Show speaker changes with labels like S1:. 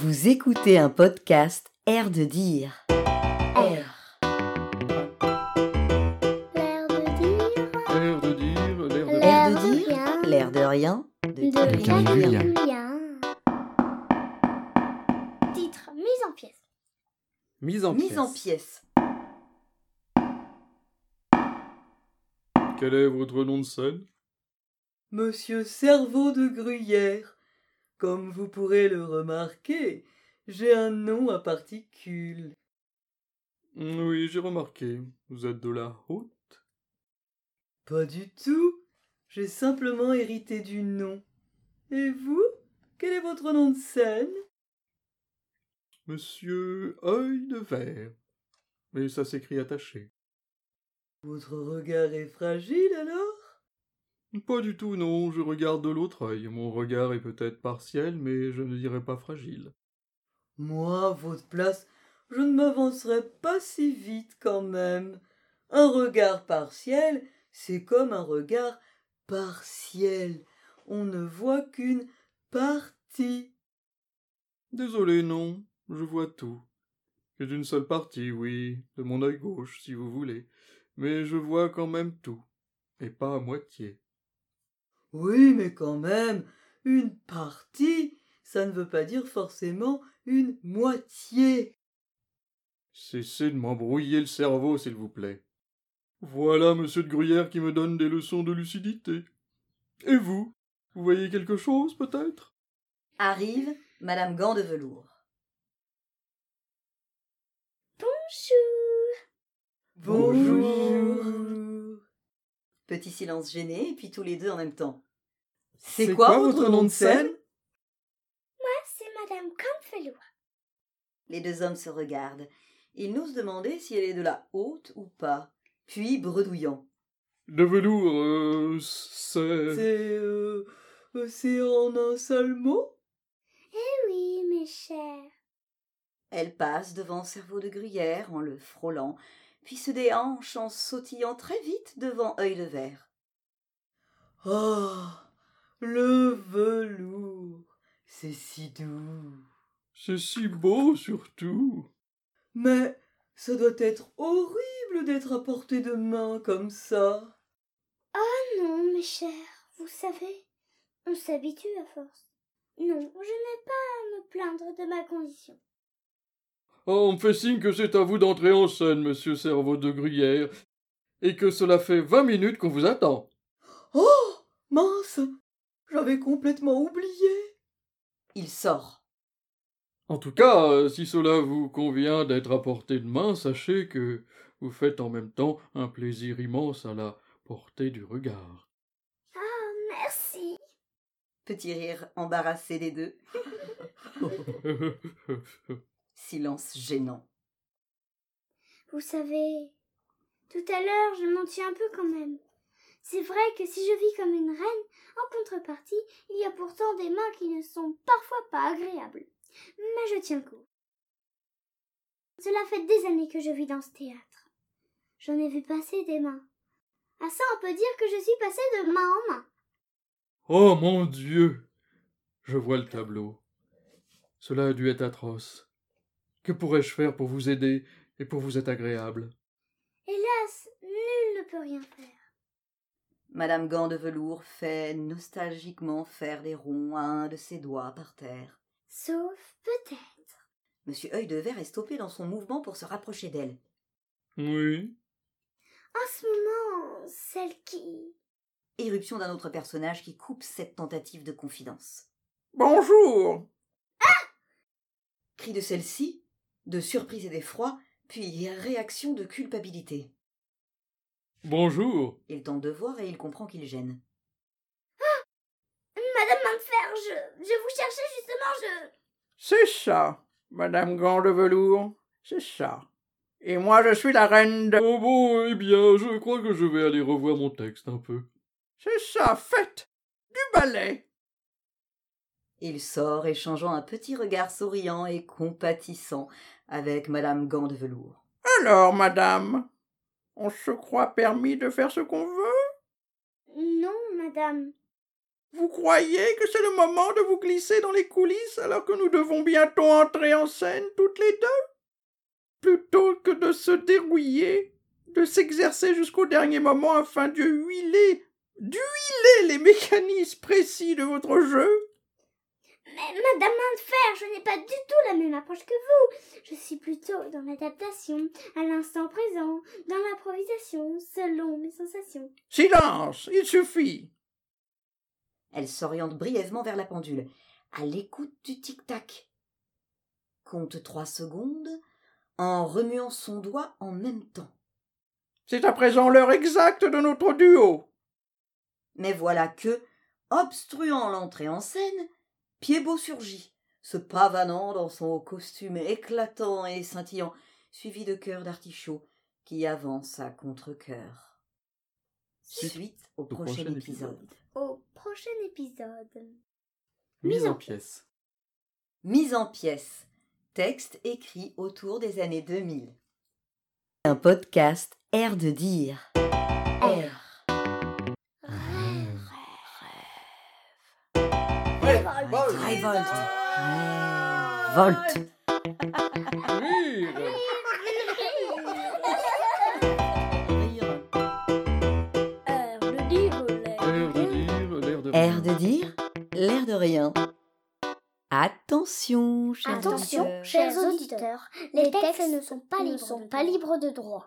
S1: Vous écoutez un podcast Air de dire. Air.
S2: L'air de dire,
S3: L'air de dire, l'air de
S1: L'air de
S2: l'air
S1: dire, L'air
S2: de rien,
S1: de rien.
S2: de
S1: Camille
S3: Camille
S1: Julien.
S3: Julien.
S2: rien. Titre mise en pièce.
S3: Mise en
S1: Mise en
S3: pièces.
S1: pièce.
S3: Quel est votre nom de scène
S4: Monsieur Cerveau de Gruyère. Comme vous pourrez le remarquer, j'ai un nom à particules.
S3: Mm, Oui, j'ai remarqué. Vous êtes de la haute
S4: Pas du tout. J'ai simplement hérité du nom. Et vous Quel est votre nom de scène
S3: Monsieur Œil de Verre. Mais ça s'écrit attaché.
S4: Votre regard est fragile alors
S3: Pas du tout, non, je regarde de l'autre œil. Mon regard est peut-être partiel, mais je ne dirais pas fragile.
S4: Moi, à votre place, je ne m'avancerai pas si vite quand même. Un regard partiel, c'est comme un regard partiel. On ne voit qu'une partie.
S3: Désolé, non, je vois tout. Que d'une seule partie, oui, de mon œil gauche, si vous voulez. Mais je vois quand même tout. Et pas à moitié.
S4: Oui, mais quand même, une partie, ça ne veut pas dire forcément une moitié.
S3: Cessez de m'embrouiller le cerveau, s'il vous plaît. Voilà monsieur de Gruyère qui me donne des leçons de lucidité. Et vous Vous voyez quelque chose, peut-être
S1: Arrive Madame Gant de Velours.
S2: Bonjour.
S3: Bonjour.
S1: Petit silence gêné, et puis tous les deux en même temps.
S3: C'est quoi votre nom de scène
S2: Ah, c'est Madame Campfelou.
S1: Les deux hommes se regardent. Ils n'osent demander si elle est de la haute ou pas. Puis, bredouillant.
S3: De velours, euh, c'est...
S4: C'est. euh, euh, c'est en un seul mot
S2: Eh oui, mes chers.
S1: Elle passe devant Cerveau de Gruyère en le frôlant, puis se déhanche en sautillant très vite devant Œil de Verre.
S4: Oh Le velours C'est si doux
S3: C'est si beau, surtout.
S4: Mais ça doit être horrible d'être à portée de main comme ça.
S2: Ah non, mes chers, vous savez, on s'habitue à force. Non, je n'ai pas à me plaindre de ma condition.
S3: Oh, on me fait signe que c'est à vous d'entrer en scène, monsieur cerveau de Gruyère, et que cela fait vingt minutes qu'on vous attend.
S4: Oh Mince J'avais complètement oublié
S1: Il sort.
S3: En tout cas, euh, si cela vous convient d'être à portée de main, sachez que vous faites en même temps un plaisir immense à la portée du regard.
S2: Merci.
S1: Petit rire embarrassé des deux. Silence gênant.
S2: Vous savez, tout à l'heure, je mentis un peu quand même. C'est vrai que si je vis comme une reine, en contrepartie, il y a pourtant des mains qui ne sont parfois pas agréables. Mais je tiens le coup. Cela fait des années que je vis dans ce théâtre. J'en ai vu passer des mains. À ça, on peut dire que je suis passée de main en main.
S3: Oh mon Dieu Je vois le tableau. Cela a dû être atroce. Que pourrais-je faire pour vous aider et pour vous être agréable
S2: Hélas, nul ne peut rien faire.
S1: Madame Gant de Velours fait nostalgiquement faire des ronds à un de ses doigts par terre.
S2: Sauf peut-être.
S1: Monsieur Œil de Verre est stoppé dans son mouvement pour se rapprocher d'elle.
S3: Oui.
S2: En ce moment, celle qui.
S1: Éruption d'un autre personnage qui coupe cette tentative de confidence.
S3: Bonjour
S1: Cri de celle-ci, de surprise et d'effroi, puis réaction de culpabilité.
S3: Bonjour
S1: Il tente de voir et il comprend qu'il gêne.
S2: Madame Maintfer, je. Je vous cherchais justement, je.
S5: C'est ça, Madame Gant de velours, c'est ça. Et moi, je suis la reine de...
S3: Oh bon, eh bien, je crois que je vais aller revoir mon texte un peu.
S5: C'est ça, fête du ballet.
S1: Il sort, échangeant un petit regard souriant et compatissant avec Madame Gant de Velours.
S5: Alors, Madame, on se croit permis de faire ce qu'on veut
S2: Non, madame.
S5: Vous croyez que c'est le moment de vous glisser dans les coulisses alors que nous devons bientôt entrer en scène toutes les deux Plutôt que de se dérouiller, de s'exercer jusqu'au dernier moment afin de huiler, d'huiler les mécanismes précis de votre jeu
S2: Mais Madame Main de Fer, je n'ai pas du tout la même approche que vous. Je suis plutôt dans l'adaptation, à l'instant présent, dans l'improvisation, selon mes sensations.
S5: Silence, il suffit.
S1: Elle s'oriente brièvement vers la pendule, à l'écoute du tic-tac. Compte trois secondes en remuant son doigt en même temps.
S5: C'est à présent l'heure exacte de notre duo.
S1: Mais voilà que, obstruant l'entrée en scène, Piébo surgit, se pavanant dans son costume éclatant et scintillant, suivi de cœur d'artichaut qui avance à contre-cœur.
S3: Suite
S1: Suite au
S3: au
S1: prochain,
S3: prochain
S1: épisode.
S3: épisode.
S2: Au prochain épisode.
S3: Mise en pièces.
S1: Mise en pièces. Texte écrit autour des années 2000. Un podcast Air de dire. Air.
S3: Ah.
S1: Révolte. Volt.
S4: Rire.
S2: Heure de dire
S3: L'air de dire, l'air de
S1: Air de dire, l'air de rien. Attention, chers
S2: Attention,
S1: auditeurs.
S2: chers auditeurs, les textes ne sont pas libres, sont pas libres de droit.